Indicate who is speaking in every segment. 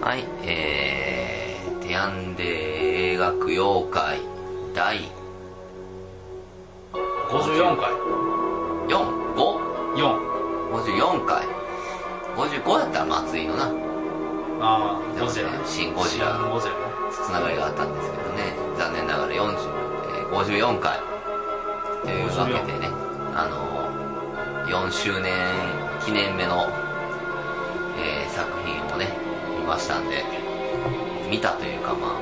Speaker 1: はい、えー、テアンデー描く妖怪第
Speaker 2: 54回
Speaker 1: 4、5?54
Speaker 2: 4
Speaker 1: 回。55やったら松井のな、
Speaker 2: ああゴジラね
Speaker 1: 新ゴジラ
Speaker 2: 新ゴジラね
Speaker 1: つながりがあったんですけどね、残念ながら40、えー54回。というわけでね、あのー、4周年記念目の、えー作品をね、見ましたんで、見たというかまあ、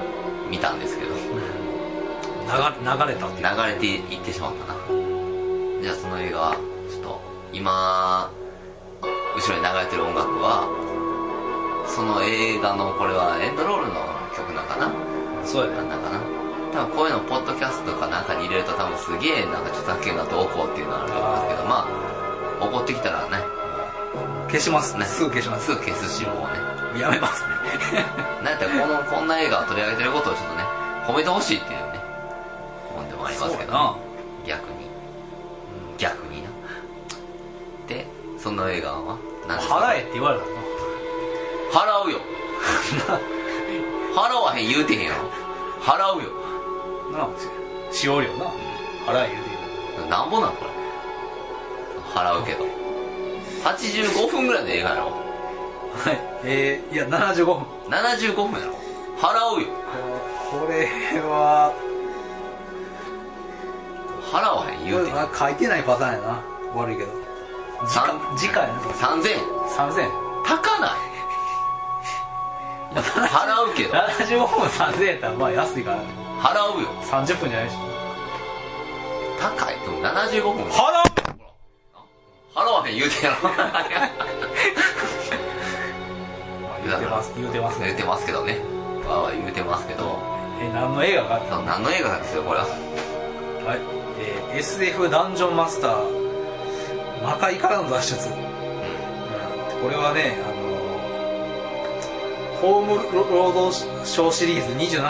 Speaker 1: 見たんですけど。
Speaker 2: 流れ流れたっていう
Speaker 1: 流れていってしまったなじゃあその映画はちょっと今後ろに流れてる音楽はその映画のこれはエンドロールの曲なんかな
Speaker 2: そうやね
Speaker 1: なんだかな多分こういうのポッドキャストとかなんかに入れると多分すげえなんか著作権がどうこうっていうのはあると思うんですけどまあ怒ってきたらね
Speaker 2: 消します
Speaker 1: ね
Speaker 2: ねすぐ消しま
Speaker 1: す
Speaker 2: す
Speaker 1: ぐ消すしもうね
Speaker 2: やめますね
Speaker 1: なんやったらこのこんな映画を取り上げてることをちょっとね褒めてほしいっていうね思ってもありますけど、ね、
Speaker 2: そ
Speaker 1: 逆に逆になでその映画は
Speaker 2: う
Speaker 1: 何
Speaker 2: やな
Speaker 1: ですか
Speaker 2: 払えって言われたの
Speaker 1: 払うよ払わへん言うてへんやろ払うよ
Speaker 2: なあ使用料な払え言うて
Speaker 1: なんぼなんこれ払うけど85分ぐらいの映画やろ
Speaker 2: 言うはいえー、いや75分
Speaker 1: 75分やろ払うよ
Speaker 2: これは
Speaker 1: 払わへん
Speaker 2: こ
Speaker 1: 言う
Speaker 2: れ
Speaker 1: てへん
Speaker 2: は書いてないパターンやな悪いけど
Speaker 1: さん
Speaker 2: 次回やな
Speaker 1: 3000円
Speaker 2: 3000円
Speaker 1: 高ないいや払うけど
Speaker 2: 75分3000円やったらまあ安いから
Speaker 1: 払うよ
Speaker 2: 30分じゃないし
Speaker 1: 高いでも75分
Speaker 2: 払
Speaker 1: 払わへん言うて やろ
Speaker 2: う言うてます言うてます
Speaker 1: 言うてますけどねわーわー言うてますけど
Speaker 2: え何の映画か
Speaker 1: その何の映画なんですよこれは
Speaker 2: はい、えー SF ダンジョンマスター魔界からの脱出、うんこれはねあのーホームロードショーシリーズ27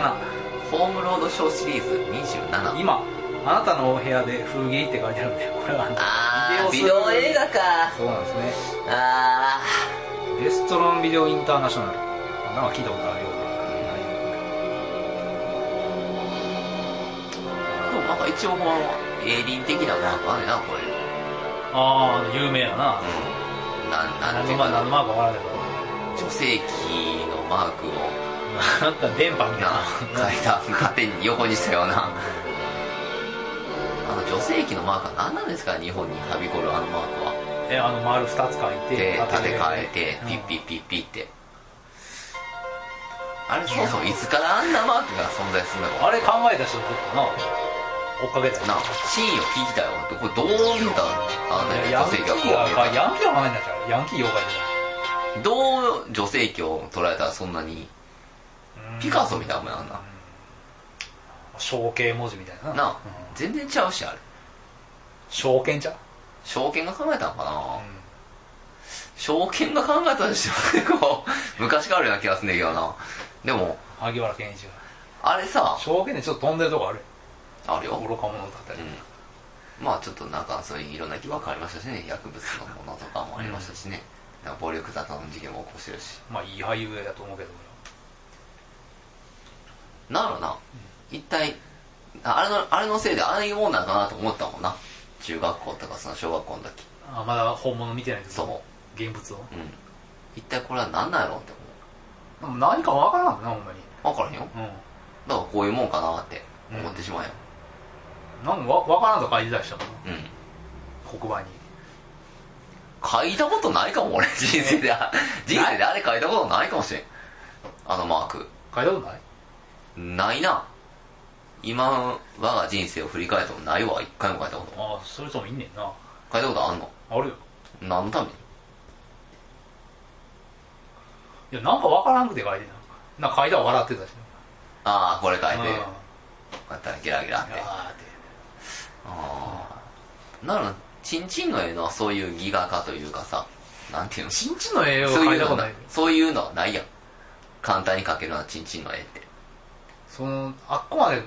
Speaker 1: ホームロードショーシリーズ27
Speaker 2: 今あなたのお部屋で風景って書いてあるんでこれは
Speaker 1: あービ
Speaker 2: ビデ
Speaker 1: デ
Speaker 2: オ
Speaker 1: オ映画か
Speaker 2: そうなんですね
Speaker 1: あ
Speaker 2: デストロンビデオインターナショナルなんか聞いたことあるような
Speaker 1: ーでもなんか一応このエイリン的なマークあるなこれ
Speaker 2: ああ有名やな
Speaker 1: うんなんなん
Speaker 2: 何
Speaker 1: てい
Speaker 2: の
Speaker 1: うか
Speaker 2: マーク
Speaker 1: な
Speaker 2: 何のマークわからんけど
Speaker 1: 女性器のマークを
Speaker 2: なんか電波 みたい
Speaker 1: な
Speaker 2: な
Speaker 1: 書いた勝手に横にしたようなあの女性器のマークは何なんですか日本にはびこるあのマークは
Speaker 2: えあの丸2つ書いて
Speaker 1: で立て替えて
Speaker 2: うん
Speaker 1: ピッピッピッピッってあれそうそういつからあんなマークが存在するのか
Speaker 2: あれ考えた人だったな追っかけた
Speaker 1: な
Speaker 2: な
Speaker 1: 真意を聞きたいわこれどう見たあんなに
Speaker 2: ヤ
Speaker 1: 女
Speaker 2: ンキ
Speaker 1: 性器がこ
Speaker 2: ーが
Speaker 1: う見え
Speaker 2: ヤンキーの話になっちゃうヤンキー妖怪じ
Speaker 1: たどう女性器を捉えたらそんなに
Speaker 2: ゃない
Speaker 1: ピカソみたいなもんやんな
Speaker 2: 象形文字みたいな
Speaker 1: な
Speaker 2: うん
Speaker 1: あ全然ちゃうしあれ
Speaker 2: 証券じゃん
Speaker 1: 証券が考えたのかな証券が考えたとしてもこう 昔からあるような気がするんだけどなでも
Speaker 2: 萩原健一
Speaker 1: あれさ
Speaker 2: が証券でちょっと飛んでるとこある
Speaker 1: あるよ
Speaker 2: 愚か者だったり
Speaker 1: うん、まあちょっとなんかそういういろんな疑惑ありましたしね薬物のものとかもありましたしね、なんか暴力沙汰の事件も起こしてるし
Speaker 2: まあいい俳優だと思うけど
Speaker 1: なるな、一体ああれのあれのせいでああいうもんなんかなと思ったもんな中学校とかその小学校の時
Speaker 2: あまだ本物見てないけど
Speaker 1: そ
Speaker 2: 現物を
Speaker 1: ううん一体これは何なんやろうって
Speaker 2: でも何かわからなくなほんまに
Speaker 1: 思う分からへんよ
Speaker 2: う
Speaker 1: だからこういうもんかなって思ってしまうよ
Speaker 2: んなんかわわからんと書いてたりしたもん
Speaker 1: うん、
Speaker 2: 黒板に
Speaker 1: 書いたことないかも俺人生で人生であれ書いたことないかもしれんあのマーク
Speaker 2: 書いたことない
Speaker 1: ないな今我が人生を振り返ってもないわ一回も書いたこと
Speaker 2: ああそれともいんねんな
Speaker 1: 書いたことあんの
Speaker 2: あるよ
Speaker 1: 何のために
Speaker 2: いや、なんかわからんくて書いてた。なんか書いたら笑ってたし。
Speaker 1: ああこれ書いて
Speaker 2: うん
Speaker 1: こうやったらギラギラって
Speaker 2: あ
Speaker 1: ああなるほどチンチンの絵のはそういうギガ化というかさなんていうの
Speaker 2: ーちんちんの絵を
Speaker 1: そう
Speaker 2: 書
Speaker 1: い
Speaker 2: いうたこ
Speaker 1: の
Speaker 2: とない。
Speaker 1: そういうのはないやん簡単に描けるのはチンチンの絵って
Speaker 2: その、あっこまで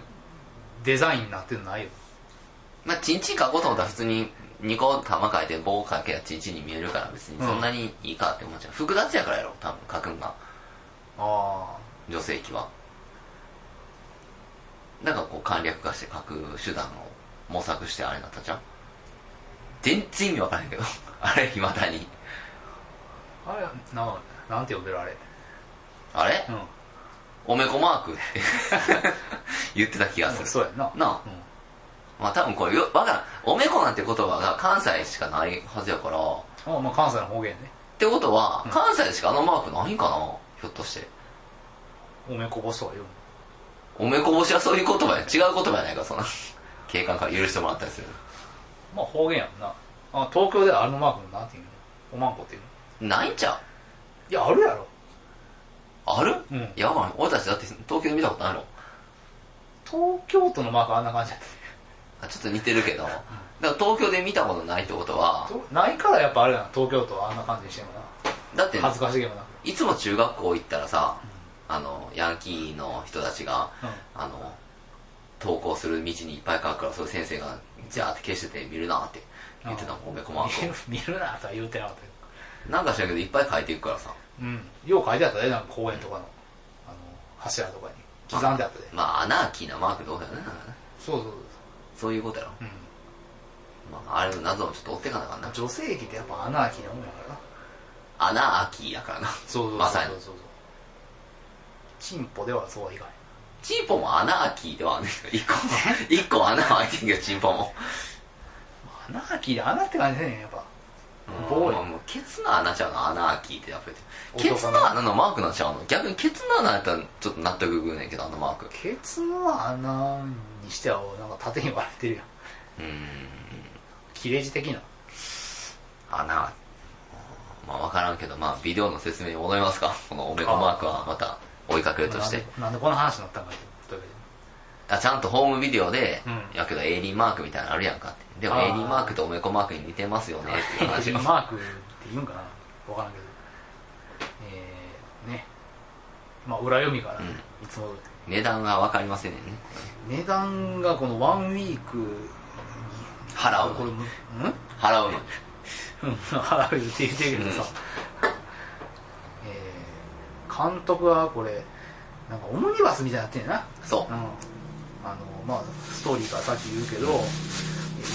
Speaker 2: デザインになってるのないよ。
Speaker 1: まあチンチン描こうと思ったら普通に2個玉描いて棒描けばチンチンに見えるから別にそんなにいいかって思っちゃう、複雑やからやろ多分描くんが
Speaker 2: あ
Speaker 1: 女性器はだからこう簡略化して各手段を模索してあれになったじゃん全然意味わかんないけど あれいまだに
Speaker 2: ああれななんて呼んでるあれ
Speaker 1: あれ
Speaker 2: うん
Speaker 1: おめこマーク 言ってた気がする
Speaker 2: そうやんな
Speaker 1: なあまあ多分これよわからんおめこなんて言葉が関西しかないはずやからっ
Speaker 2: うん、あまあ関西の方言ね
Speaker 1: てことは
Speaker 2: うん
Speaker 1: 関西でしかあのマークないんかなひょっとして
Speaker 2: おめこぼしとは言う
Speaker 1: おめこぼしはそういう言葉や違う言葉やないかその 警官から許してもらったりする
Speaker 2: まあ方言やもんなあ東京ではあのマークのなんて言うのおまんこっていうの
Speaker 1: ないんちゃう
Speaker 2: いやあるやろ
Speaker 1: ある、
Speaker 2: うん
Speaker 1: いやばい俺たちだって東京で見たことないの
Speaker 2: 東京都のマークあんな感じやっ
Speaker 1: あちょっと似てるけどだから東京で見たことないってこと
Speaker 2: た
Speaker 1: は
Speaker 2: とないからやっぱあれやな東京都はあんな感じにしてもな
Speaker 1: だって
Speaker 2: 恥ずかしげもなく
Speaker 1: いつも中学校行ったらさあのヤンキーの人たちが
Speaker 2: うん
Speaker 1: あの登校する道にいっぱい書くからそういう先生がジャーって消してて見るなって言ってたもんおめこ まんこ
Speaker 2: 見る見るなとは言うてなかったけど
Speaker 1: なんか知らんけどいっぱい書いていくからさ
Speaker 2: うんよう書いてあったでなんか公園とかの,、あの柱とかに刻んであったで
Speaker 1: まあアナーキーなマークどうだよねなんかね
Speaker 2: そうそうそう
Speaker 1: そういうことやろ、
Speaker 2: そう、
Speaker 1: まあ、あれの謎もちょっと追っていかなあかん
Speaker 2: う、
Speaker 1: なん
Speaker 2: 女性器ってやっぱアナーキーなもんやからな
Speaker 1: アナーキーやからな
Speaker 2: そうそうそう
Speaker 1: まさに
Speaker 2: そうそうチンポではそうはいかない
Speaker 1: チンポも穴開きではあるんですけど、一個も、一個穴は開いてんけど、チンポも。
Speaker 2: アナーキーで穴って感じだねやっぱボーイ
Speaker 1: まあもうケツの穴ちゃうの、穴開きってやっぱり。ケ
Speaker 2: 男
Speaker 1: ツ
Speaker 2: の
Speaker 1: の穴のマークなんちゃうの逆にケツの穴やったらちょっと納得いくねんけど、あのマーク。
Speaker 2: ケツの穴にしてはなんか縦に割れてるや
Speaker 1: う
Speaker 2: ん
Speaker 1: ーん、
Speaker 2: 切れ字的な
Speaker 1: 穴。まあわからんけど、まあビデオの説明に戻りますか。このおめこマークはまた追いかけるとし
Speaker 2: なん
Speaker 1: て。
Speaker 2: でなんでこの話になったんかというわ
Speaker 1: あちゃんとホームビデオで、
Speaker 2: うん
Speaker 1: やけどエイリーンマークみたいなのあるやんかって。でも
Speaker 2: あー
Speaker 1: エイリーンマークとおめこマークに似てますよねっていう
Speaker 2: け
Speaker 1: 話
Speaker 2: で
Speaker 1: を
Speaker 2: マークって言うんかな分からんけどえー、ねまあ裏読みから、
Speaker 1: うん
Speaker 2: いつも通り
Speaker 1: 値段がわかりませんねんね。
Speaker 2: 値段がこのワンウィークに
Speaker 1: 払う
Speaker 2: こ
Speaker 1: の
Speaker 2: れ
Speaker 1: に
Speaker 2: むん
Speaker 1: 払うのに。
Speaker 2: うん払う言って言ってるけどさ、えー監督はこれなんかオムニバスみたいになってんねんな
Speaker 1: そう
Speaker 2: うん。あのまあストーリーからさっき言うけど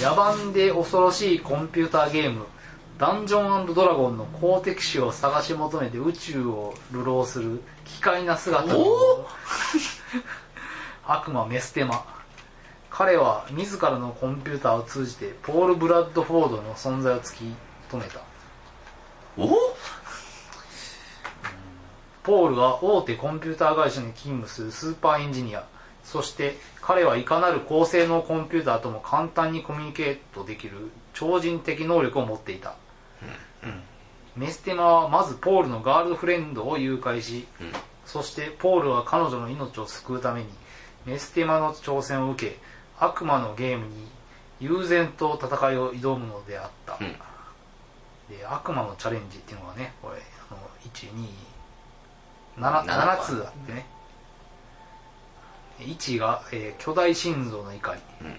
Speaker 2: 野蛮で恐ろしいコンピューターゲーム「ダンジョンドラゴン」の公的史を探し求めて宇宙を流浪する奇怪な姿の
Speaker 1: お
Speaker 2: 悪魔メステマ彼は自らのコンピューターを通じてポール・ブラッドフォードの存在を突き止めた
Speaker 1: お
Speaker 2: ポールは大手コンピューター会社に勤務するスーパーエンジニアそして彼はいかなる高性能コンピューターとも簡単にコミュニケートできる超人的能力を持っていた、メステマはまずポールのガールフレンドを誘拐し
Speaker 1: うん
Speaker 2: そしてポールは彼女の命を救うためにメステマの挑戦を受け悪魔のゲームに悠然と戦いを挑むのであった、
Speaker 1: うん
Speaker 2: で悪魔のチャレンジっていうのがねこれあの127 7つあってね1が、えー巨大心臓の怒り、
Speaker 1: うん
Speaker 2: うん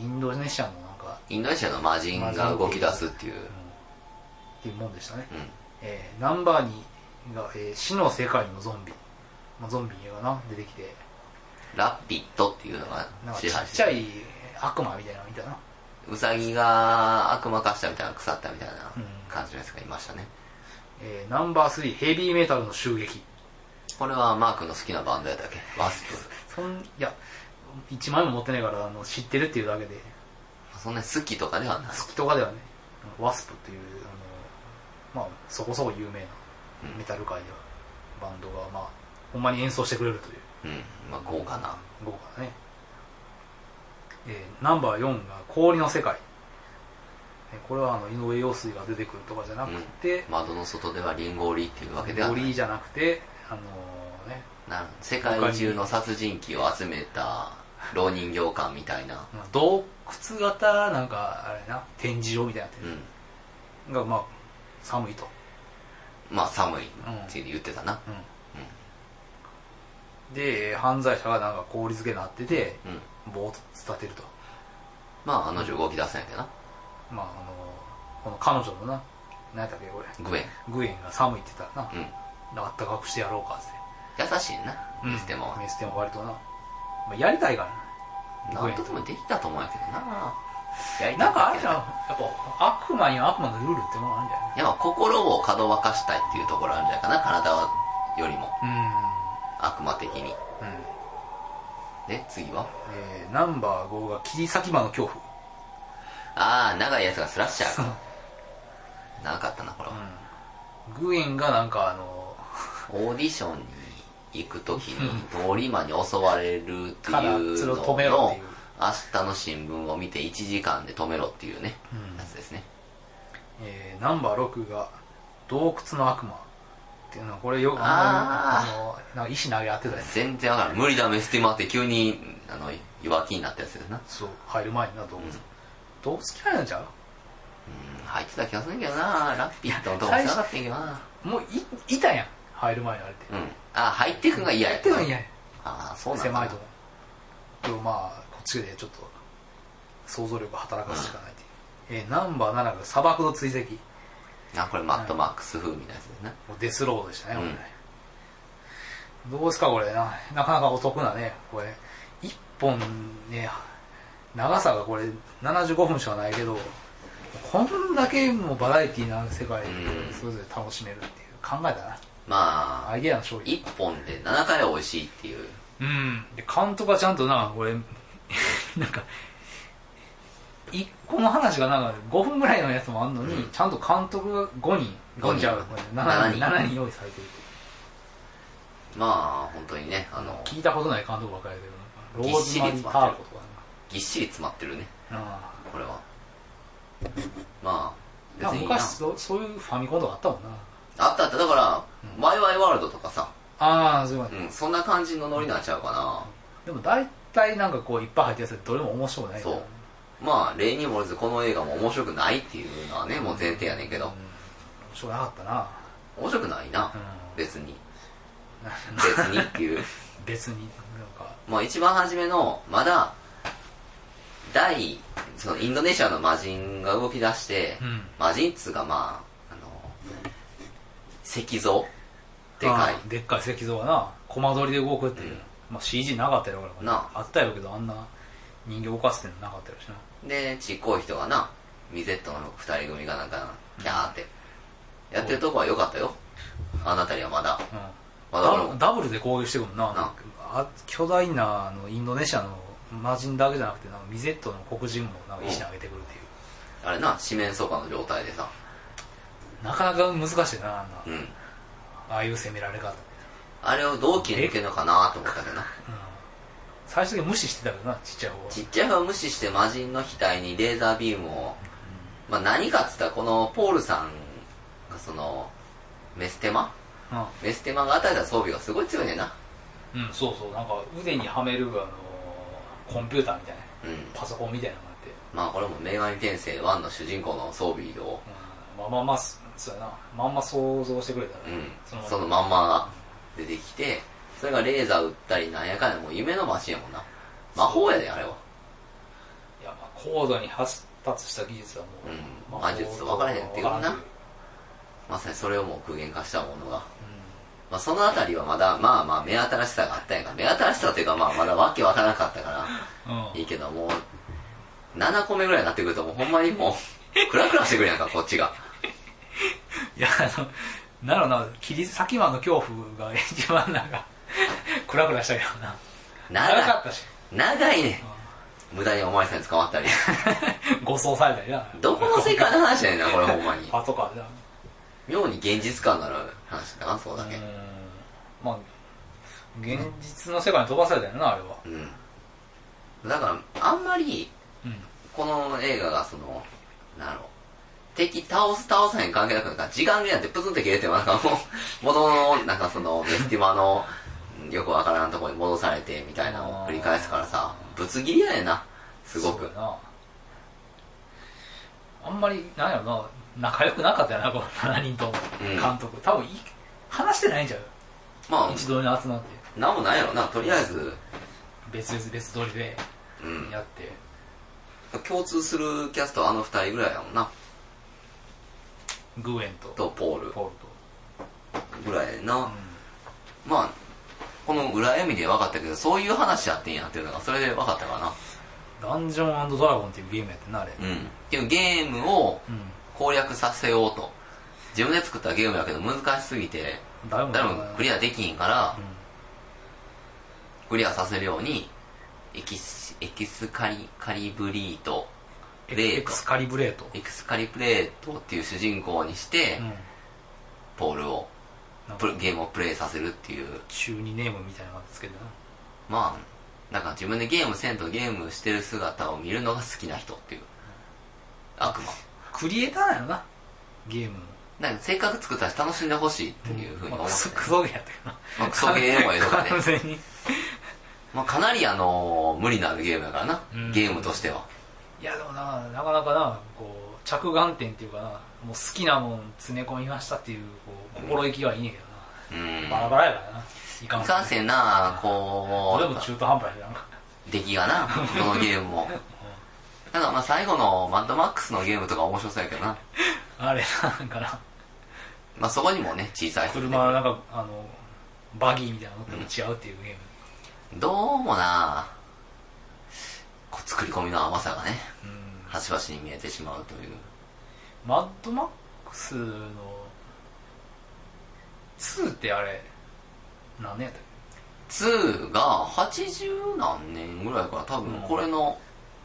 Speaker 2: インドネシアのなんか
Speaker 1: インドネシアの魔人が動き出すっていう、
Speaker 2: っていうもんでしたね、
Speaker 1: うん、
Speaker 2: えーナンバー2が、えー死の世界のゾンビ、まあ、ゾンビがな出てきて
Speaker 1: ラピットっていうのが
Speaker 2: なんかち
Speaker 1: 支
Speaker 2: っ
Speaker 1: 配し
Speaker 2: ち
Speaker 1: て
Speaker 2: ゃ
Speaker 1: る
Speaker 2: い悪魔みたいなの見たな
Speaker 1: ウサギが悪魔化したみたいな腐ったみたいな
Speaker 2: うん
Speaker 1: 感じのやつがいましたね
Speaker 2: えーナンバー3ヘビーメタルの襲撃
Speaker 1: これはマークの好きなバンドやったっけワス
Speaker 2: そんいや1枚も持ってないからあの知ってるっていうだけで
Speaker 1: プそんなに好きとかではない
Speaker 2: 好きとかではねワスプっていうあの、まあ、そこそこ有名なメタル界ではバンドが、まあ、ほんまに演奏してくれるとい
Speaker 1: う
Speaker 2: う
Speaker 1: んまあ豪華な
Speaker 2: 豪華だね、えーナンバー4が氷の世界えーこれはあの井上陽水が出てくるとかじゃなくて、
Speaker 1: 窓の外ではリンゴリっていうわけではな
Speaker 2: 鳥
Speaker 1: い
Speaker 2: じゃなくてあのーね
Speaker 1: なる世界中の殺人鬼を集めた老人形館みたいな
Speaker 2: まあ洞窟型なんかあれな展示場みたいになって
Speaker 1: う
Speaker 2: る、
Speaker 1: ん
Speaker 2: がまあ寒いと、
Speaker 1: まあ寒いって言ってたな
Speaker 2: でえー犯罪者がなんか氷漬けになってて
Speaker 1: うん、
Speaker 2: 棒を伝てると
Speaker 1: まああの女動き出せんやけどな
Speaker 2: まああのーこの彼女のな何やったっけこれ
Speaker 1: グエン
Speaker 2: グエンが寒いって言ったらな
Speaker 1: うん
Speaker 2: あったかくしてやろうかって
Speaker 1: 優しいな見捨ても、
Speaker 2: 見捨ても割とな、まあ、やりたいからな
Speaker 1: なんとでもできたと思うんやけどなやりた
Speaker 2: なん
Speaker 1: か
Speaker 2: か
Speaker 1: った
Speaker 2: ある
Speaker 1: け
Speaker 2: じ
Speaker 1: ど
Speaker 2: ゃんやっぱ悪魔には悪魔のルールってものあるんじゃない
Speaker 1: やっぱ心をかどわかしたいっていうところあるんじゃないかな体よりも悪魔的に
Speaker 2: うんうん
Speaker 1: で次は
Speaker 2: えーナンバー5が切り裂き魔の恐怖
Speaker 1: ああ長いやつがスラッシャーか長かったなこれは、
Speaker 2: うんグエンがなんかあの
Speaker 1: オーディションに行く時に通り魔に襲われるって
Speaker 2: から
Speaker 1: いう
Speaker 2: それ
Speaker 1: の
Speaker 2: を止めろっ
Speaker 1: の
Speaker 2: ていう
Speaker 1: 明日の新聞を見て1時間で止めろっていうね、
Speaker 2: うん
Speaker 1: やつですね
Speaker 2: えーナンバー6が洞窟の悪魔っていうのはこれよく
Speaker 1: あー
Speaker 2: のあのなんか石投げ合ってたやつ
Speaker 1: 全然わからん無理だメスティマって急にあの弱気になったやつですな
Speaker 2: そう入る前にな洞窟、洞窟嫌いなんちゃ
Speaker 1: うん入ってた気がするんやけどなラッピーって男もつながってんけどな
Speaker 2: うもういいたやん入る前にあれって
Speaker 1: うんあ入ってくんが嫌や
Speaker 2: 入ってのに嫌やん
Speaker 1: ああそうなんだ
Speaker 2: 狭いとこでもまあこっちでちょっと想像力を働かすしかないっていう、えーナンバー7が砂漠の追跡
Speaker 1: あこれマッドマックス風みたいなやつですね
Speaker 2: もうデスロードでしたね、これねどうですかこれななかなかお得なねこれ1本ね長さがこれ75分しかないけどこんだけもうバラエティーな世界
Speaker 1: うん
Speaker 2: それぞれ楽しめるっていう考えだな
Speaker 1: まあ
Speaker 2: アイデアの勝利
Speaker 1: 1本で7回美味しいっていう
Speaker 2: うんで監督はちゃんとなこれ なんか一個の話がなんか5分ぐらいのやつもあんのに、
Speaker 1: うん
Speaker 2: ちゃんと監督が5人
Speaker 1: 五人
Speaker 2: 5人じゃう
Speaker 1: 七
Speaker 2: 7
Speaker 1: 人
Speaker 2: 人7人用意されてる
Speaker 1: まあ本当にねあの
Speaker 2: 聞いたことない監督ばっかりだけど
Speaker 1: ぎ
Speaker 2: ロ
Speaker 1: っ
Speaker 2: ー
Speaker 1: し
Speaker 2: ズ
Speaker 1: り
Speaker 2: マリ
Speaker 1: 詰ま
Speaker 2: ー・パ
Speaker 1: ってる
Speaker 2: ーコとか
Speaker 1: ぎっしり詰まってるね
Speaker 2: なあ
Speaker 1: これはま
Speaker 2: あ
Speaker 1: あ別にな
Speaker 2: 昔そうそういうファミコンとかあったもんな
Speaker 1: あったあっただから、
Speaker 2: うん
Speaker 1: ワイワイワールドとかさ、
Speaker 2: ああそういうこと
Speaker 1: うん、そんな感じのノリなんちゃうかな、
Speaker 2: でも大体なんかこういっぱい入ってるやつってどれも面白くないから
Speaker 1: そうまあ例にもれずこの映画も面白くないっていうのはねもう前提やねんけ
Speaker 2: うん
Speaker 1: ど
Speaker 2: 面白くなかったな
Speaker 1: 面白くないな、
Speaker 2: うん
Speaker 1: 別に別にっていう
Speaker 2: 別になんか
Speaker 1: もう一番初めのまだ第そのインドネシアの魔人が動き出して、
Speaker 2: うん
Speaker 1: 魔人っつうかまああの石像でか
Speaker 2: ああでっかい石像がなコマ撮りで動くってい
Speaker 1: う
Speaker 2: う、
Speaker 1: ん
Speaker 2: まあ、CG なかったやろから
Speaker 1: なあ
Speaker 2: あったやろうけどあんな人形動かすってのなかったやろしない
Speaker 1: でちっこい人がなミゼットの二人組がなんかキャーってやってるとこは良かったよあの辺りはまだ
Speaker 2: うん
Speaker 1: まだ俺
Speaker 2: ダ
Speaker 1: も
Speaker 2: ダブルで攻撃してくるもんな
Speaker 1: な
Speaker 2: なんかあ巨大なあのインドネシアの魔人だけじゃなくてなんかミゼットの黒人もなんか石投げてくるっていう、
Speaker 1: あれな四面楚歌の状態でさ
Speaker 2: なかなか難しいなあんな
Speaker 1: うん
Speaker 2: ああいう攻められ方、うん、
Speaker 1: あれをどう切り抜けるのかなと思ったけどな
Speaker 2: 最終的に無視してたけどなちっちゃい方は
Speaker 1: ちっちゃい方を無視して魔人の額にレーザービームを、まあ、何かっつったらこのポールさんがそのメステマメステマが与えた装備がすごい強いねんな
Speaker 2: うん、うん、そうそうなんか腕にはめるあのコンピューターみたいな
Speaker 1: うん
Speaker 2: パソコンみたいなのがあって、
Speaker 1: まあこれも「女神転生1」の主人公の装備を
Speaker 2: うん、まあまあまあそうやなまんま想像してくれたら、
Speaker 1: うん
Speaker 2: その
Speaker 1: そのまんまが出てきてそれがレーザー撃ったりなんやかんやもう夢のマシンやもんな魔法やであれはい
Speaker 2: やまあ高度に発達した技術はもう、
Speaker 1: うん
Speaker 2: まあ
Speaker 1: 魔術と分からへんっていうかな
Speaker 2: 分からんけど
Speaker 1: まさにそれをもう具現化したものが、まあ、そのあたりはまだまあまあ目新しさがあったんやから目新しさというかまあまだわけわからなかったから
Speaker 2: うん、うん
Speaker 1: いいけどもう7個目ぐらいになってくるともうほんまにも うクラクラしてくるやんかこっちが
Speaker 2: いや、あの、なるな、切り裂き魔の恐怖が一番なんか、クラクラしたけどな。
Speaker 1: 長
Speaker 2: 長かっ
Speaker 1: い
Speaker 2: たし。
Speaker 1: 長いね無駄にお巡りさんに捕まった り
Speaker 2: 護送されたりな。
Speaker 1: どこの世界の話やねんなこ れほんまに
Speaker 2: パトカーでな。
Speaker 1: 妙に現実感のある話だなそうだ
Speaker 2: う
Speaker 1: け
Speaker 2: ーん。まあ、現実の世界に飛ばされたよな、あれは。
Speaker 1: うんだからあんまり
Speaker 2: うん。
Speaker 1: この映画がそのなんやろ敵倒す倒さへん関係なくなんか時間切れなんてプツンって切れてもなんかもう 元のなんかそのメスティマのうんよくわからんところに戻されてみたいなのを繰り返すからさぶつ切りやねんなすご
Speaker 2: そ
Speaker 1: く
Speaker 2: うやな。あんまり、なんやろな、仲良くなかったよな、この7人とも。
Speaker 1: うん
Speaker 2: 監督。多分いい、話してないんちゃう
Speaker 1: ま
Speaker 2: 一度に集まって。
Speaker 1: あなんもないやろなとりあえず
Speaker 2: 別々、別撮りで
Speaker 1: うん
Speaker 2: やって。
Speaker 1: 共通するキャストはあの二人ぐらいやもんな
Speaker 2: グーエンと、
Speaker 1: とポール
Speaker 2: ポールと。
Speaker 1: ぐらいやな、まあこの裏読みで分かったけどそういう話やってんやっていうのがそれで分かったか
Speaker 2: ダンジョンドラゴンっていうゲームやってんなあれ、
Speaker 1: なうんっていうゲームを
Speaker 2: う
Speaker 1: 攻略させようと自分で作ったゲームやけど難しすぎて
Speaker 2: ん、誰も
Speaker 1: 誰もクリアできひんから
Speaker 2: うん
Speaker 1: クリアさせるようにエキスエキスカリカリブリートレ
Speaker 2: エ
Speaker 1: ート
Speaker 2: クスカリブレート、
Speaker 1: エクスカリプレートっていう主人公にして、
Speaker 2: うん、
Speaker 1: ポールを
Speaker 2: なん
Speaker 1: プ
Speaker 2: か
Speaker 1: レゲームをプレイさせるっていう
Speaker 2: 中二ネームみたいなのがつけてな
Speaker 1: まあなんか自分でゲームせんとゲームしてる姿を見るのが好きな人っていう悪魔
Speaker 2: クリエイターなんやろなゲームの
Speaker 1: なんかせっかく作ったし楽しんでほしいっていうふうに
Speaker 2: ま
Speaker 1: 思っ
Speaker 2: あ
Speaker 1: て、
Speaker 2: クソクソゲーやったけどな
Speaker 1: まあクソゲーもええとかね
Speaker 2: 完全に
Speaker 1: まあ、かなりあの無理のあるゲームやからな、
Speaker 2: うん
Speaker 1: ゲームとしてはい
Speaker 2: やでもななかなかなこう着眼点っていうかなもう好きなもん詰め込みましたっていうこう心意気はいいねんけどな、
Speaker 1: うん
Speaker 2: バラバラやからないかん
Speaker 1: いかんせんなこう
Speaker 2: 俺も中途半端やな
Speaker 1: 出来がなどのゲーム もなんかまあ最後のマッドマックスのゲームとか面白そうやけどな
Speaker 2: あれなん かな
Speaker 1: まあそこにもね小さい
Speaker 2: 車のなんかあのバギーみたいなの乗っても違うっていうゲーム、
Speaker 1: どうもなこう作り込みの甘さがね
Speaker 2: うん
Speaker 1: 端々に見えてしまうという
Speaker 2: マッドマックスの2ってあれ何年やったっ
Speaker 1: 2が80何年ぐらいから多分これの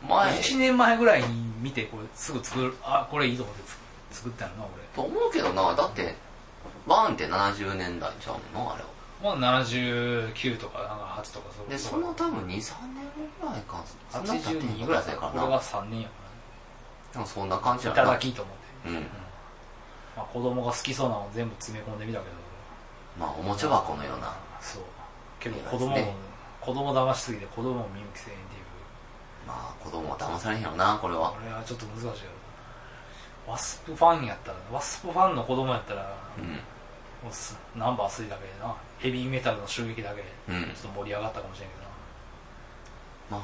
Speaker 1: 前
Speaker 2: け1年前ぐらいに見てこれすぐ作るあこれいいと思ってつ作ったのな
Speaker 1: と思うけどなだって1って70年代ちゃうのあれは
Speaker 2: 俺まあ79とかなんか8とかそ
Speaker 1: でその多分23年ぐらいかそんな経って
Speaker 2: 82
Speaker 1: 2
Speaker 2: ぐ
Speaker 1: ぐ
Speaker 2: ら
Speaker 1: ら
Speaker 2: い
Speaker 1: いだから
Speaker 2: これ
Speaker 1: な
Speaker 2: が3年やか
Speaker 1: でもそんな感じ
Speaker 2: ら
Speaker 1: や
Speaker 2: いた
Speaker 1: な
Speaker 2: だきと思って、
Speaker 1: うん
Speaker 2: まあ、子供が好きそうなの全部詰め込んでみたけど
Speaker 1: まあおもちゃ箱のような
Speaker 2: そうけど
Speaker 1: いいですね
Speaker 2: 子供も、子供騙しすぎて子供も見向きせえへんっていう
Speaker 1: まあ子供は騙されへんよなこれは
Speaker 2: これはちょっと難しいよワスプファンやったらワスプファンの子供やったら
Speaker 1: うん
Speaker 2: もうすナンバー3だけでなヘビーメタルの襲撃だけで
Speaker 1: うん
Speaker 2: ちょっと盛り上がったかもしれんけど
Speaker 1: ま
Speaker 2: な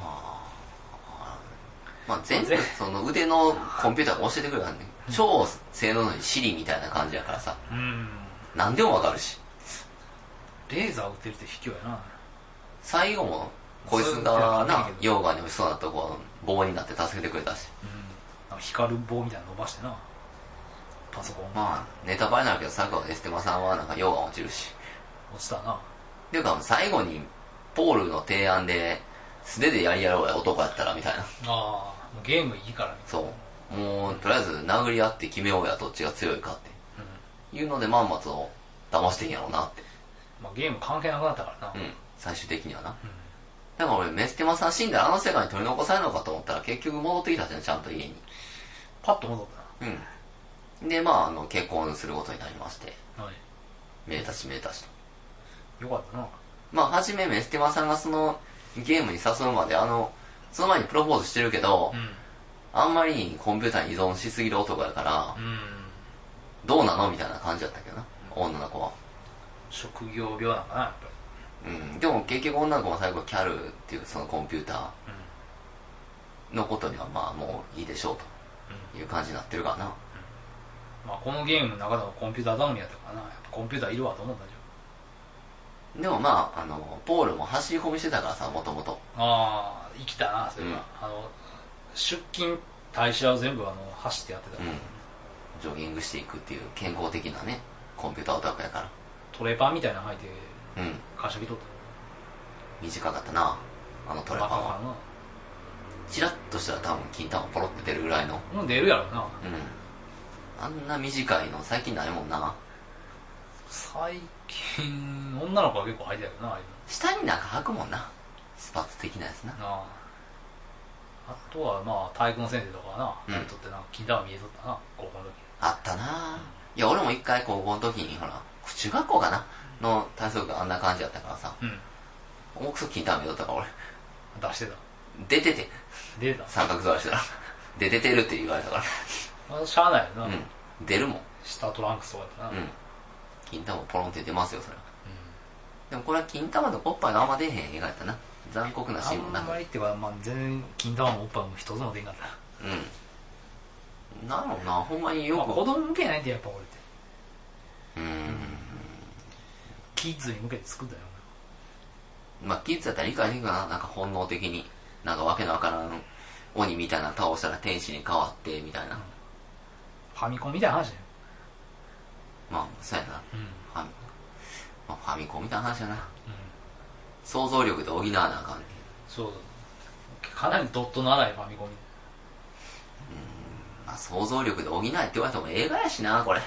Speaker 1: あまあ全部その腕のコンピューターが教えてくれたんね超性能のいい Siri みたいな感じやからさ
Speaker 2: うん
Speaker 1: 何でもわかるし
Speaker 2: レーザー撃ってるって卑怯やな
Speaker 1: 最後もこいつがな溶岩に落ちそうなとこ棒になって助けてくれたし
Speaker 2: うんなんか光る棒みたいなの伸ばしてなパソコン
Speaker 1: まあネタバレになるけど最後のエステマさんはなんか溶岩落ちるし
Speaker 2: 落ちたな
Speaker 1: っていうか最後にポールの提案で素手でやりやろうや男やったらみたいな
Speaker 2: ああもうゲームいいからみたい
Speaker 1: そうもうとりあえず殴り合って決めようやどっちが強いかって
Speaker 2: な、うん
Speaker 1: いうのでまんまと騙してんやろうなって
Speaker 2: まあ、ゲーム関係なくなったからな、
Speaker 1: うん最終的にはな
Speaker 2: うん
Speaker 1: だから俺メステマさん死んだらあの世界に取り残されるのかと思ったら結局戻ってきたじゃんちゃんと家に
Speaker 2: パッと戻っ
Speaker 1: うんでまああの結婚することになりまして
Speaker 2: たな、はい、
Speaker 1: めでたしめでたしと
Speaker 2: よかったな
Speaker 1: まあ初めメステマさんがそのゲームに誘うまであのその前にプロポーズしてるけど、
Speaker 2: う
Speaker 1: あんまりにコンピューターに依存しすぎる男やから、
Speaker 2: ん、うん、
Speaker 1: どうなのみたいな感じだったけどな女の子は
Speaker 2: 職業病なんかなやっぱ
Speaker 1: う
Speaker 2: り
Speaker 1: んでも結局女の子も最後キャルっていうそのコンピュータ
Speaker 2: うん
Speaker 1: ーのことにはまあもういいでしょうという感じになってるからな
Speaker 2: まあ、このゲームの中でもコンピューター頼みやったからなやっぱコンピューターいるわと思うんだけど
Speaker 1: でもまああのポールも走り込みしてたからさもともと
Speaker 2: ああ生きたなそれは、
Speaker 1: うん
Speaker 2: あの出勤退社を全部あの走ってやってたから、
Speaker 1: うんジョギングしていくっていう健康的なねコンピューターオタクやか
Speaker 2: トレーパーみたいなの履いて
Speaker 1: らうん
Speaker 2: 会社来とった
Speaker 1: 短かったなあのトレパン
Speaker 2: バカ
Speaker 1: は
Speaker 2: か
Speaker 1: チラッとしたら多分金玉ポロって出るぐらいの
Speaker 2: なもう出るやろな
Speaker 1: うんあんな短いの最近ないもんな
Speaker 2: 最近女の子は結構履いてたけどなああいうの
Speaker 1: 下になんか履くもんなスパッツ的なやつな
Speaker 2: なああとはまあ体育の先生とかは
Speaker 1: うん
Speaker 2: な、とってなんか金玉見えとったな高校の時
Speaker 1: あったなぁいや俺も一回高校の時にほら中学校かなの体操があんな感じだったからさ
Speaker 2: うん
Speaker 1: おくそ金玉見とったから俺
Speaker 2: 出してた
Speaker 1: 出てて
Speaker 2: 出てた
Speaker 1: 三角座りしたら出ててるって言われたか
Speaker 2: あしゃあないよな、
Speaker 1: らうん出るもん
Speaker 2: 下トランクスとかやったな、
Speaker 1: う
Speaker 2: うん
Speaker 1: ん金玉ポロンって出ますよそれはでもこれは金玉とおっぱいがあんま出へん映画やったな残酷なシーンもな
Speaker 2: あん
Speaker 1: く
Speaker 2: まりっていうか、まあ、全然金玉もおっぱいも一つも出んかったな
Speaker 1: うんなるほどなほんまによ
Speaker 2: まあ
Speaker 1: く
Speaker 2: 子供向けないんでやっぱ俺って
Speaker 1: うーん
Speaker 2: キッズに向けて作ったよ
Speaker 1: まあ、キッズだったら理解できるかななんか本能的に。なんかわけのわからん鬼みたいなの倒したら天使に変わって、みたいな。
Speaker 2: ファミコンみたいな話だよ、
Speaker 1: まあ、そうやな。
Speaker 2: うん
Speaker 1: ファミ、まあ、ファミコンみたいな話やな。想像力で補わなあかんね
Speaker 2: そうだかなりドットの荒いファミコン
Speaker 1: まあ、想像力で補えって言われても映画やしな、これ。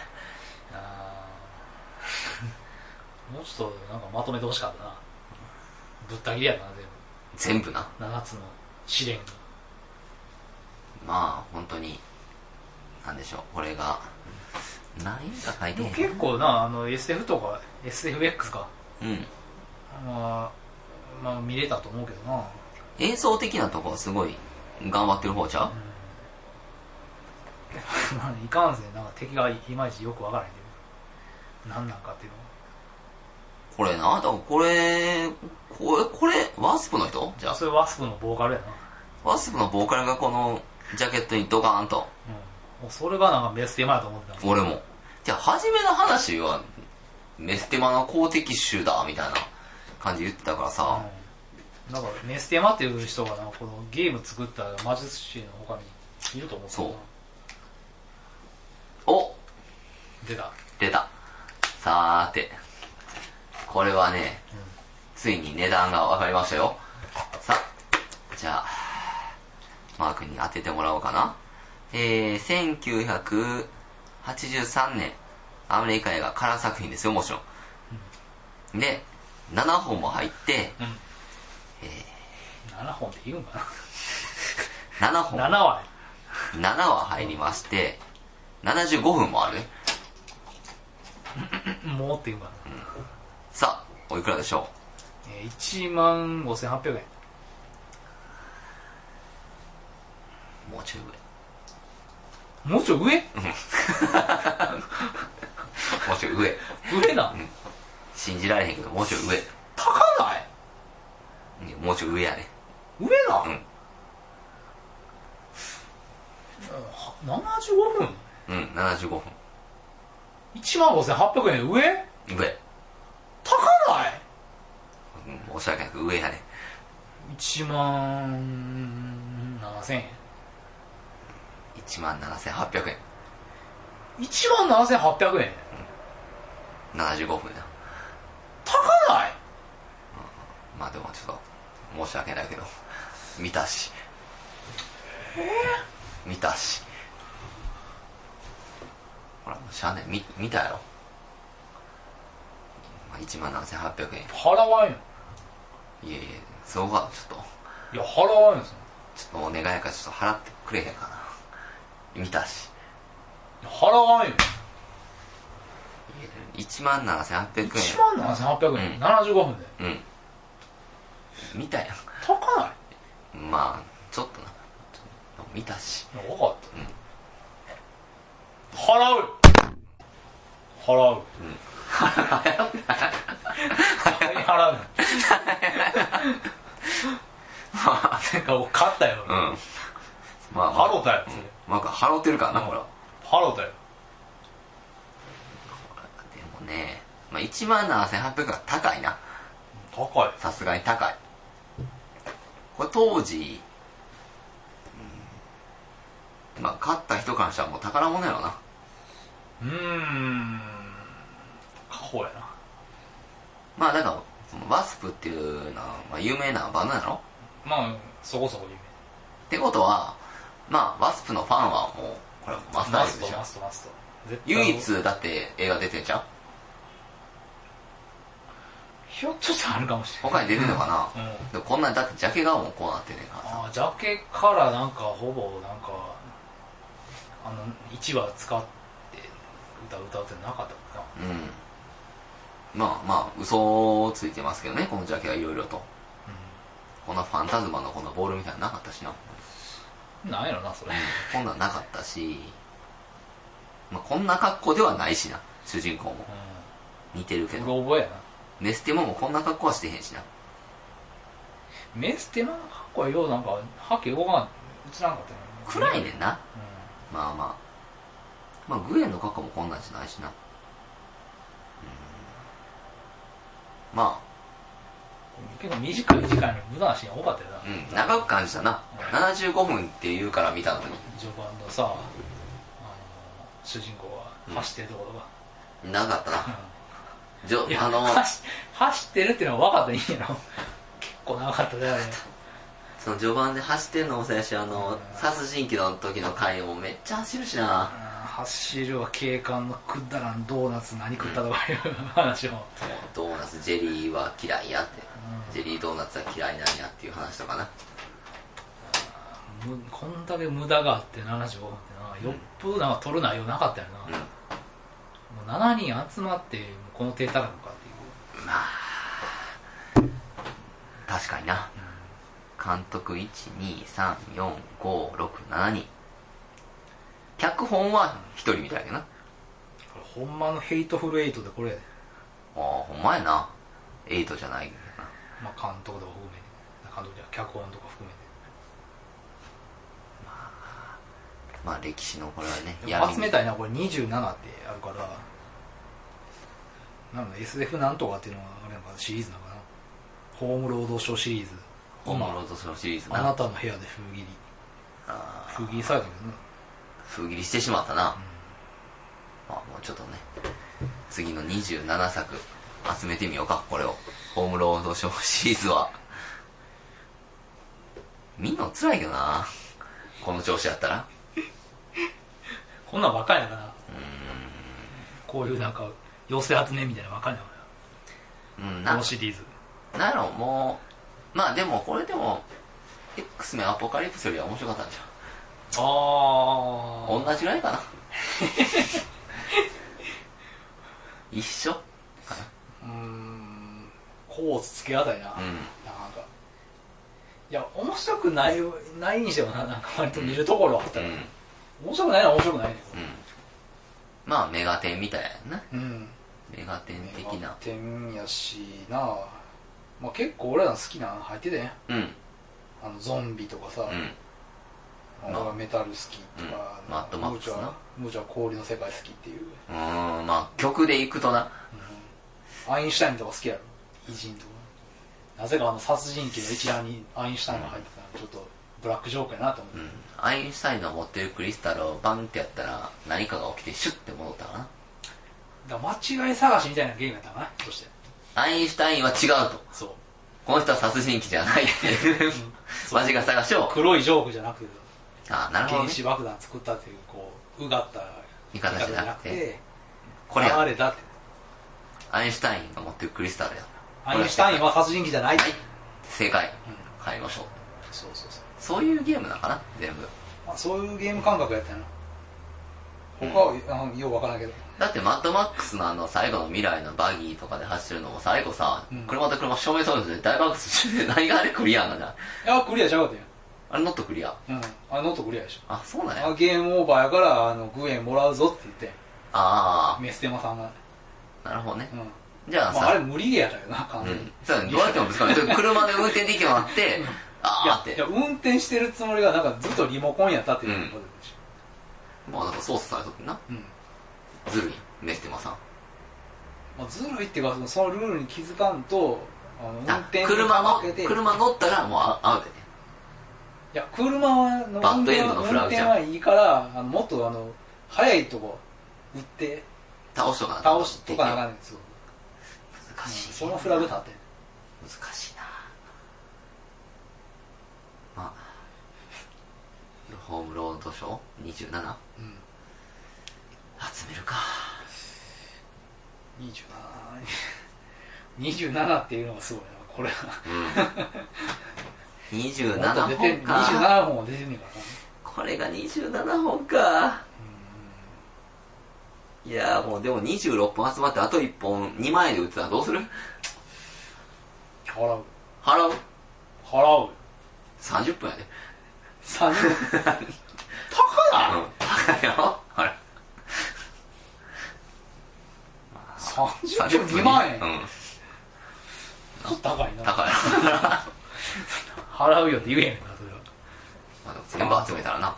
Speaker 2: あーもうちょっとなんかまとめてほしかったなぶった切りやったな
Speaker 1: 全
Speaker 2: 全
Speaker 1: 部な。
Speaker 2: 部7つの試練に
Speaker 1: まあ、本当に、なんでしょう、これが、何が書いて
Speaker 2: で
Speaker 1: へ
Speaker 2: も
Speaker 1: ん
Speaker 2: 結構なあの SF とか SFX か
Speaker 1: うん。
Speaker 2: まあ、まあ見れたと思うけどな、
Speaker 1: 映像的なとこはすごい、頑張ってる方ちゃう
Speaker 2: まあいかんせんなんか敵がいまいちよくわからへんけど何なんかっていうのは
Speaker 1: これな、だからこれ、これ、これ、ワスプの人じゃあ、
Speaker 2: それワスプのボーカルやな、
Speaker 1: ワスプのボーカルがこのジャケットにドカーンと、
Speaker 2: うん、もうそれがなんかメステマやと思ってた
Speaker 1: 俺も。じゃあ、初めの話は、メステマの公的集だ、みたいな感じで言ってたからさ、
Speaker 2: うん、なんかメステマっていう人がなんかこのゲーム作った魔術師の他にいると思う
Speaker 1: そうお
Speaker 2: 出た
Speaker 1: 出た。さーて。これはね、ついに値段が分かりましたよ。さ、じゃあ、マークに当ててもらおうかな。えー、1983年、アメリカ映画カラー作品ですよ、もちろん。で、7本も入って、
Speaker 2: うん、7本で言うんか
Speaker 1: 7本、
Speaker 2: な7話や
Speaker 1: 7は入りまして、75分もあるね。
Speaker 2: もうって言うんかな、
Speaker 1: さあ、おいくらでしょ
Speaker 2: えー1万5800円
Speaker 1: うもう中ぐらい。
Speaker 2: もうちょい上
Speaker 1: もうちょい上。
Speaker 2: 上な
Speaker 1: 信じられへんけど、もうちょい上。
Speaker 2: 高ない
Speaker 1: いやもうちょい上やね。
Speaker 2: 上な、
Speaker 1: うん
Speaker 2: うんは75分
Speaker 1: うん、75分。
Speaker 2: 1万5800円上
Speaker 1: 上。
Speaker 2: 高ない
Speaker 1: うん、申し訳なく上やね。
Speaker 2: 1万7000円
Speaker 1: 17,800円。
Speaker 2: 1万7800円
Speaker 1: 75分や。
Speaker 2: 高ない
Speaker 1: まあでもちょっと、申し訳ないけど、見たし。え見たし。ほら、もうしゃあない。見、見たやろ。まあ、17,800円。
Speaker 2: 払わんよ
Speaker 1: いえいえ、そうか、ちょっと、
Speaker 2: いや払わんよそ
Speaker 1: ちょっとお願いやからちょっと払ってくれへんかな。見たし。
Speaker 2: れ払わんよ
Speaker 1: 17,800円。
Speaker 2: 1万7800円、
Speaker 1: うん
Speaker 2: 75分で
Speaker 1: うん。見たや
Speaker 2: 高ない
Speaker 1: ん。まあ、ちょっとな。見たし。
Speaker 2: いや分かった、払うよ払う払う 払う
Speaker 1: まあ、
Speaker 2: なんか俺勝ったよ、
Speaker 1: うん。まあ、
Speaker 2: ハローだよ、それ
Speaker 1: なんか、ハロってるからな、
Speaker 2: うん
Speaker 1: ほら。
Speaker 2: ハローだよ
Speaker 1: でもね、まあ、1万7800円は高いな。
Speaker 2: 高い
Speaker 1: さすがに高い。これ当時、うん、まあ、買った人からしたらもう宝物やろな。
Speaker 2: うーん過保やな
Speaker 1: まあ、だから、そのワスプっていうのは、まあ、有名なバンドやろ
Speaker 2: まあそこそこ有
Speaker 1: ってことは、まあ、ワスプのファンはもう、これマ
Speaker 2: 名
Speaker 1: スタ
Speaker 2: マ
Speaker 1: ー
Speaker 2: ス
Speaker 1: で
Speaker 2: ト
Speaker 1: しょ
Speaker 2: マ。ストマスト絶対
Speaker 1: 唯一だって映画出てんじゃん
Speaker 2: ひょっとしたらあるかもしれない
Speaker 1: 他に出てんのか
Speaker 2: うん
Speaker 1: な、でもこんなんだってジャケがもうこうなってんねんからさ
Speaker 2: あージャケからなんかほぼなんかあの1話使って歌歌うってなかったもんな
Speaker 1: うんまあまあ嘘をついてますけどねこのジャケはいろいろとこんなファンタズマのこんなボールみたいなのなかったしな
Speaker 2: うんなんやろなそれ
Speaker 1: こんなんなかったし、まあ、こんな格好ではないしな主人公も
Speaker 2: う
Speaker 1: 似てるけ
Speaker 2: ん
Speaker 1: ど
Speaker 2: うろ覚えやな
Speaker 1: メステモもこんな格好はしてへんしな
Speaker 2: メステマのかっこいいよなんかハケ動かん映らんかったよ
Speaker 1: 暗い
Speaker 2: ね、
Speaker 1: ねんなまあまあまあグエンの格好もこんなんじゃないしなま
Speaker 2: 結構短い時間に無駄なシーン多かったよな
Speaker 1: あ、うん、長く感じたな。75分って言うから見たのに、
Speaker 2: 序盤のさあの主人公は走ってるところが、
Speaker 1: 長かったな。じょ
Speaker 2: い、や
Speaker 1: あの、
Speaker 2: 走走ってるっていうのは分かったらいいんやろ結構長かっただよね
Speaker 1: その序盤で走ってんのもそうやし、あの、殺人鬼の時の回もめっちゃ走るし
Speaker 2: うん
Speaker 1: な。
Speaker 2: 走るは警官のくだらんドーナツ何食ったとかいう話も、
Speaker 1: ドーナツ、ジェリーは嫌いやって。
Speaker 2: う
Speaker 1: ジェリードーナツは嫌いなんやっていう話とかな。
Speaker 2: んむこんだけ無駄があって75分ってなよっぽどなんか取る内容なかったよ
Speaker 1: う
Speaker 2: な、
Speaker 1: ん。
Speaker 2: もう7人集まってもうこの手たらのかっていう
Speaker 1: まあ、確かにな。監督1234567人脚本は1人みたいやけどな
Speaker 2: これほんまのヘイトフルエイトでこれ、
Speaker 1: ああほんまやな8じゃないけどな
Speaker 2: まあ、監督とか含めて監督じゃない脚本とか含めて
Speaker 1: まあ歴史のこれはね
Speaker 2: でも集め
Speaker 1: た
Speaker 2: たいなこれ27ってあるからなので SF なんとかっていうのがあれなんかなシリーズなのかなホーム労働省シリーズ
Speaker 1: ホーム
Speaker 2: 今
Speaker 1: ロードショーシリーズ
Speaker 2: あな
Speaker 1: な
Speaker 2: たの部屋で封切り
Speaker 1: あー
Speaker 2: 封切りされたけどね
Speaker 1: 封切りしてしまったな、まあもうちょっとね次の27作集めてみようかこれをホームロードショーシリーズは見んの辛いけどなこの調子やったら
Speaker 2: こんなんばっかりやからこういうなんか妖精集めみたいなのばっかりやか
Speaker 1: うん
Speaker 2: ら
Speaker 1: な
Speaker 2: こ
Speaker 1: ん
Speaker 2: の
Speaker 1: か
Speaker 2: シリーズ
Speaker 1: なんやろもうまあでもこれでも X メンアポカリプスよりは面白かったんじ
Speaker 2: ああ
Speaker 1: ゃん同じぐらい かな一緒
Speaker 2: うーんこうつけあたりな、
Speaker 1: うん
Speaker 2: なんかいや面白くないないにしてもななんか割と見るところはあっ
Speaker 1: う
Speaker 2: た
Speaker 1: ん
Speaker 2: ら、
Speaker 1: うん
Speaker 2: 面白くないな面白くないね
Speaker 1: まあメガテンみたいやな
Speaker 2: うん
Speaker 1: メガテン的な
Speaker 2: 点やしなまあ、結構俺らの好きなの入っててね
Speaker 1: うんうん
Speaker 2: あのゾンビとかさ、
Speaker 1: ん
Speaker 2: 俺はメタル好きとか、
Speaker 1: うんマッドマックスな
Speaker 2: ムーチャムーチャは氷の世界好きっていう、
Speaker 1: うーんまあ曲でいくとな
Speaker 2: アインシュタインとか好きやろ偉人とかなぜかあの殺人鬼の一覧にアインシュタインが入ってたのちょっとブラックジョークやなと思って、
Speaker 1: うんアインシュタインの持ってるクリスタルをバンってやったら何かが起きてシュッて戻ったかな
Speaker 2: だから間違い探しみたいなゲームやったかなそして
Speaker 1: アインシュタインは違うと
Speaker 2: そう
Speaker 1: この人は殺人鬼じゃ ないっていうマジが探しを
Speaker 2: 黒いジョークじゃなくて
Speaker 1: あなるほど、
Speaker 2: 原
Speaker 1: ね、
Speaker 2: 子爆弾作ったっていうこううがった
Speaker 1: 言い方じゃなくてこ
Speaker 2: こ
Speaker 1: れ
Speaker 2: れあ
Speaker 1: や
Speaker 2: れだって
Speaker 1: アインシュタインが持ってるクリスタルや
Speaker 2: アインシュタイン
Speaker 1: は
Speaker 2: は殺人鬼じゃない、
Speaker 1: い正解
Speaker 2: うん、
Speaker 1: 買いましょう
Speaker 2: そうそうそう、
Speaker 1: そういうゲームなのかな全部
Speaker 2: まあ、そういうゲーム感覚やったよな他は、あのようわからんけど
Speaker 1: だってマッドマックスのあの最後の未来のバギーとかで走るのも最後さ、
Speaker 2: うん
Speaker 1: 車と車正面衝突で大爆発してて何があれクリア なんだ
Speaker 2: いやクリアちゃうかった
Speaker 1: あれノットクリア
Speaker 2: やん、うん、あれノットクリアでしょ
Speaker 1: あそうなんや
Speaker 2: あゲームオーバーやからあのグエンもらうぞって言って
Speaker 1: あ
Speaker 2: メステマさんが、
Speaker 1: あなるほどね
Speaker 2: うん
Speaker 1: じゃあ
Speaker 2: ま
Speaker 1: さ、
Speaker 2: あ、あれ無理ゲーやったよな完
Speaker 1: う
Speaker 2: 全に、
Speaker 1: ん、そうだねどうやってもぶつかる車で運転できるようになって、
Speaker 2: い
Speaker 1: あ
Speaker 2: や
Speaker 1: ーっ
Speaker 2: い
Speaker 1: て
Speaker 2: や運転してるつもりがなんかずっとリモコンやったっていうことでし
Speaker 1: まあなんか操作されとってな
Speaker 2: ょ、うん
Speaker 1: ずるいメステマさん
Speaker 2: まあ、ずるいっていうかそのそのルールに気づかんとあの運
Speaker 1: あ
Speaker 2: 転に
Speaker 1: 車の
Speaker 2: 負けて
Speaker 1: 車乗ったらもうあアウトやね
Speaker 2: いや車の
Speaker 1: バッ
Speaker 2: 運
Speaker 1: ドエ
Speaker 2: 転
Speaker 1: ンド
Speaker 2: は
Speaker 1: の
Speaker 2: 運
Speaker 1: フラグじ
Speaker 2: 転
Speaker 1: ゃん
Speaker 2: はいいからあのもっとあの速いとこ打って
Speaker 1: 倒しとかな
Speaker 2: 倒しとかなあかんねんですよ
Speaker 1: 難しい、
Speaker 2: そのフラグ立
Speaker 1: 難
Speaker 2: って
Speaker 1: しいなまあホームロードショー27
Speaker 2: うん
Speaker 1: 集めるか
Speaker 2: 27 27っていうのがすごいなこれは
Speaker 1: うん
Speaker 2: もっと
Speaker 1: 27
Speaker 2: 出て
Speaker 1: 本
Speaker 2: ん
Speaker 1: か
Speaker 2: 27本は出てんねんからな
Speaker 1: これが27本かいやーもうでも26本集まってあと1本2万円で売ってたらどうする
Speaker 2: 払う
Speaker 1: 払う
Speaker 2: 払う
Speaker 1: 30分や で、
Speaker 2: 3人
Speaker 1: 高いうん 高いやろあれ
Speaker 2: 30分2万円、
Speaker 1: う
Speaker 2: ち
Speaker 1: ん
Speaker 2: ょっと高いな
Speaker 1: 高いやろ
Speaker 2: 払うよって言えへんからそれは
Speaker 1: まあでも全部集めたらな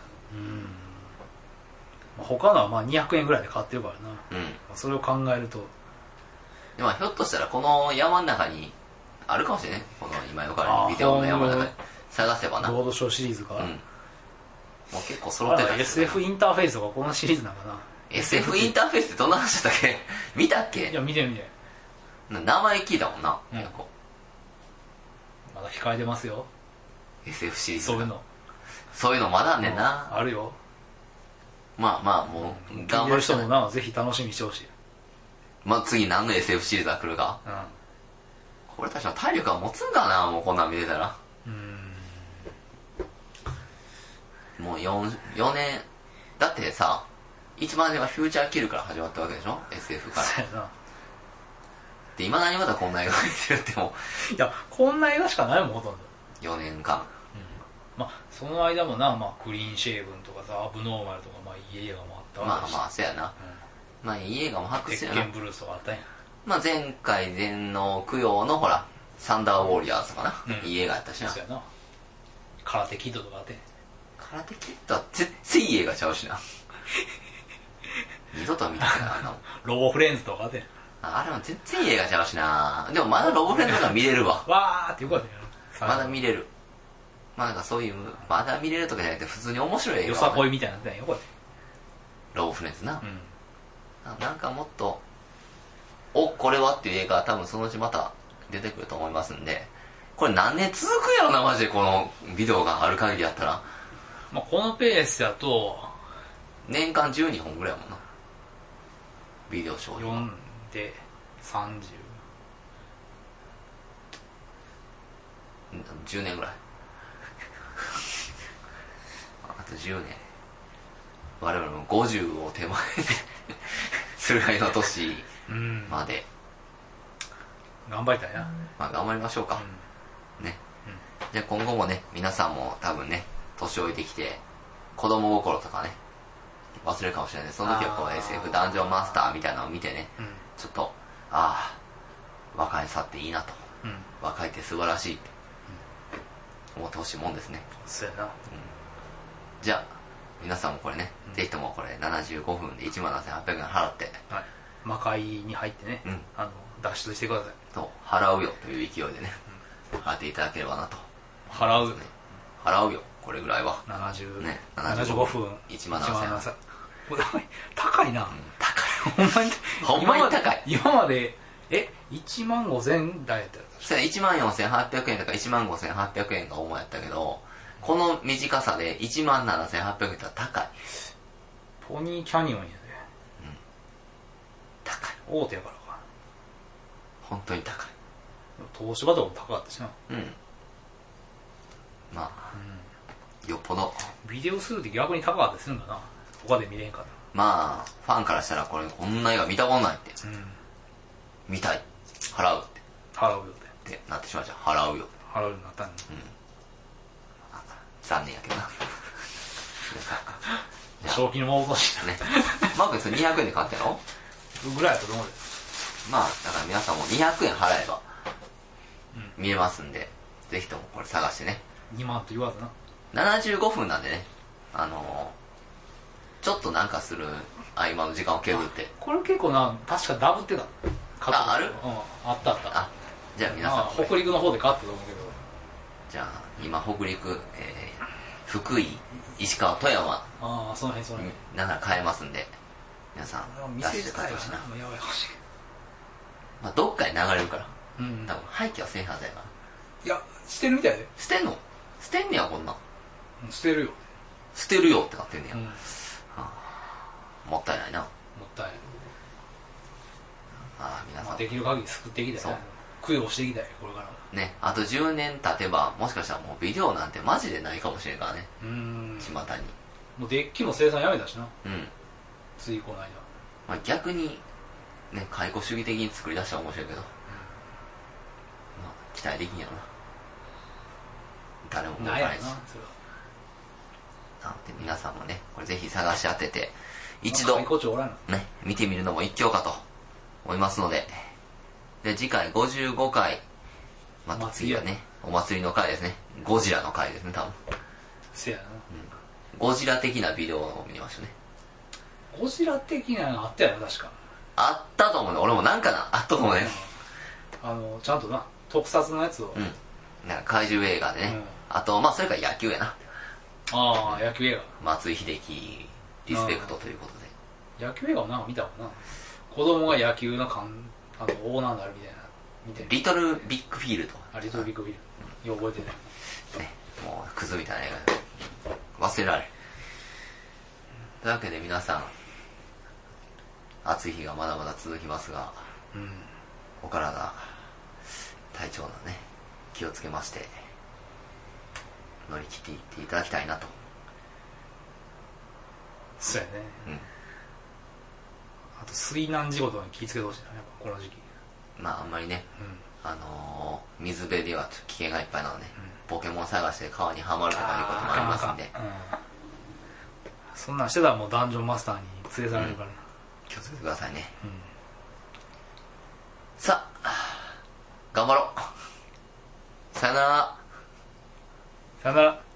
Speaker 2: まあ他のはまあ200円ぐらいで買ってるからな
Speaker 1: うん
Speaker 2: それを考えると
Speaker 1: でまあひょっとしたらこの山の中にあるかもしれないこの今よからビデオの山の中に探せばなうん
Speaker 2: ロ
Speaker 1: もう
Speaker 2: ードショーシリーズか、
Speaker 1: 結構
Speaker 2: あ
Speaker 1: 揃って
Speaker 2: ら
Speaker 1: た
Speaker 2: SF インターフェースとかこんなシリーズなのかな
Speaker 1: SF インターフェースってどんな話だったっけ 見たっ
Speaker 2: い
Speaker 1: け
Speaker 2: や見て見て
Speaker 1: 名前聞いたもんな、
Speaker 2: うん
Speaker 1: 結構
Speaker 2: まだ控えてますよ
Speaker 1: SF シリーズ
Speaker 2: そういうの
Speaker 1: そういうのまだあんねんな、
Speaker 2: あるよ
Speaker 1: まあまあもう頑
Speaker 2: 聞いて
Speaker 1: 張
Speaker 2: る
Speaker 1: るしか
Speaker 2: 人
Speaker 1: ない
Speaker 2: もなぜひ楽しみにしてほしい、
Speaker 1: まあ次何の SF シリーズが来るかこれたちの体力は持つんかなもうこんなん見てたら
Speaker 2: うん、うん
Speaker 1: もう 4, 4年だってさ一番初めはフューチャーキルから始まったわけでしょ SF から
Speaker 2: そうやな
Speaker 1: で今何まだこんな映画見てるっても
Speaker 2: いやこんな映画しかないもんほとんど
Speaker 1: う4年間
Speaker 2: まあその間もな、まあ、クリーンシェーブンとかさアブノーマルとか、まあ、いい映画もあったわ
Speaker 1: ま
Speaker 2: け
Speaker 1: あ
Speaker 2: だし、
Speaker 1: まあそうやなまあいい映画も
Speaker 2: うん、
Speaker 1: 発
Speaker 2: 鉄
Speaker 1: 掘や
Speaker 2: 拳
Speaker 1: な
Speaker 2: ブルースとかあったんや
Speaker 1: まあ前回全能供養のほらサンダーウォリアーズかな、
Speaker 2: うん
Speaker 1: いい映画やったしな
Speaker 2: そうやな空手キッドとかあって
Speaker 1: 空手キッドは全然いい映画ちゃうしな二度と見たくないあんなもん
Speaker 2: ロボフレンズとかあって
Speaker 1: ああれも全然いい映画ちゃうしなでもまだロボフレンドが見れるわ
Speaker 2: わーってよかったよな
Speaker 1: まだ見れるまあなんかそういうまだ見れるとかじゃなくて普通に面白い映画
Speaker 2: よ
Speaker 1: は
Speaker 2: さこいみたいになってたんやよこ
Speaker 1: ロボフレンズな
Speaker 2: うや、って
Speaker 1: あなんかもっとおこれはっていう映画は多分そのうちまた出てくると思いますんでこれ何年続くやろなマジでこのビデオがある限りやったら
Speaker 2: うんまあ、このペースだと
Speaker 1: 年間12本ぐらいやもんなビデオ商品
Speaker 2: 4で30
Speaker 1: 10年ぐらい あと10年我々も50を手前で するぐらいの年
Speaker 2: うん、
Speaker 1: まで、
Speaker 2: 頑張りたいな、
Speaker 1: まあ、頑張りましょうか、ね
Speaker 2: うん、
Speaker 1: じゃあ今後もね皆さんも多分ね年老いてきて子供心とかね忘れるかもしれないその時はこ
Speaker 2: あ
Speaker 1: う
Speaker 2: ー
Speaker 1: SF ダンジョンマスターみたいなのを見てね
Speaker 2: うん
Speaker 1: ちょっとああ若いさっていいなと
Speaker 2: うん
Speaker 1: 若いって素晴らしいって思ってほしいもんですね
Speaker 2: そうやな
Speaker 1: じゃあ皆さんもこれね、
Speaker 2: うん
Speaker 1: ぜひともこれ75分で1万7800円払って
Speaker 2: はい、魔界に入ってね、
Speaker 1: うん
Speaker 2: あの脱出してください
Speaker 1: と払うよという勢いでね払っていただければなと
Speaker 2: 払う
Speaker 1: 払うよこれぐらいは
Speaker 2: 70、
Speaker 1: ね
Speaker 2: 75分
Speaker 1: 1万7000
Speaker 2: 1万これ高いな、高いほんまに
Speaker 1: ほんまに高い
Speaker 2: 今まで今までえ1万5000台やったよ
Speaker 1: そしたら1万4800円とか1万5800円が主やったけどこの短さで1万7800円って高い
Speaker 2: ポニーキャニオンやで
Speaker 1: 高い
Speaker 2: 大手やからか
Speaker 1: 本当に高い
Speaker 2: 東芝とかも高かったしな、
Speaker 1: うんまあよっぽど
Speaker 2: ビデオ数って逆に高かったりするんかな他で見れへんか
Speaker 1: まあファンからしたらこれこんな映画見たことないって
Speaker 2: らうん
Speaker 1: 見たい払うって
Speaker 2: 払うよって
Speaker 1: ってなってしまうじゃん払うよ
Speaker 2: 払うようになったんや
Speaker 1: 残念やけどなや
Speaker 2: 正気の戻とし
Speaker 1: ねマー君それ200円で買ったやろ
Speaker 2: ぐらいやったと思うで
Speaker 1: まあだから皆さんも200円払えば見えますんで、ぜひともこれ探してね
Speaker 2: 2万と言わずな
Speaker 1: 75分なんでねあのー、ちょっとなんかする合間の時間を削って
Speaker 2: これ結構な確かダブってた
Speaker 1: あある
Speaker 2: うんあったあった
Speaker 1: あじゃあ皆
Speaker 2: まあ
Speaker 1: さんこれ
Speaker 2: 北陸の方で勝ったと思うけど
Speaker 1: じゃあ今北陸、えー、福井石川富山
Speaker 2: ああその辺その辺
Speaker 1: なんか買えますんで皆さん出
Speaker 2: 店
Speaker 1: して
Speaker 2: 自
Speaker 1: 買っ
Speaker 2: 体
Speaker 1: て
Speaker 2: は
Speaker 1: ほしいな、
Speaker 2: なやばい欲しい
Speaker 1: まあ、どっかに流れるから
Speaker 2: うん
Speaker 1: 多分廃棄はせんはずやから
Speaker 2: いやしてるみたいで
Speaker 1: 捨てんの捨てんねやこんなん
Speaker 2: 捨てるよ
Speaker 1: 捨てるよってなってんねや、
Speaker 2: もっ
Speaker 1: もったいないな
Speaker 2: たい
Speaker 1: ああ皆
Speaker 2: ないま
Speaker 1: さ
Speaker 2: あできる限り救っていきたいな供養していきたいこれからも
Speaker 1: んねあと10年経てばもしかしたらもうビデオなんてマジでないかもしれんからね
Speaker 2: うん
Speaker 1: 巷に
Speaker 2: もうデッキも生産やめたしな
Speaker 1: うん、
Speaker 2: ついこの間
Speaker 1: まあ、逆にね解雇主義的に作り出したら面白いけど、まあ、期待できんやろな誰も動か
Speaker 2: なんや
Speaker 1: な
Speaker 2: ろ
Speaker 1: いし
Speaker 2: な
Speaker 1: な
Speaker 2: それは
Speaker 1: ので皆さんもねこれぜひ探し当てて一度
Speaker 2: 解雇長おらんの
Speaker 1: ね、見てみるのも一興かと思いますので。で、次回55回。また次はね、お祭りの回ですね。ゴジラの回ですね、多分。
Speaker 2: せやな
Speaker 1: ゴジラ的なビデオを見ましたね。
Speaker 2: ゴジラ的なのあったやろ確か
Speaker 1: あったと思うね俺もなんかなあったと思うね
Speaker 2: あのちゃんとな特撮のやつを、
Speaker 1: うんなんか怪獣映画でね、
Speaker 2: うん
Speaker 1: あとまあそれから野球やな
Speaker 2: ああ野球映
Speaker 1: 松井秀喜リスペクトということで
Speaker 2: 画野球映画をなんか見たかな子供が野球のかんあのオーナーになるみたいなみたいな
Speaker 1: リトルビッグフィールド
Speaker 2: あリトルビッグビルよう覚えてない
Speaker 1: ね、もうクズみたいな映画忘れられんというわけで皆さん暑い日がまだまだ続きますが
Speaker 2: うん
Speaker 1: お体体調のね気をつけまして乗り切っていっていただきたいなと
Speaker 2: そうやね
Speaker 1: うん
Speaker 2: あと水難事故とかに気ぃつけてほしいなやっぱこの時期
Speaker 1: まああんまりね
Speaker 2: うん
Speaker 1: あのー水辺ではちょっと危険がいっぱいなので、ポケモン探して川にはまるとかいうこともありますんで
Speaker 2: あかんあかんうんそんなんしてたらもうダンジョンマスターに連れ去られるからな
Speaker 1: 気をつけてくださいね
Speaker 2: うん、
Speaker 1: さあ頑張ろうさよなら
Speaker 2: さよなら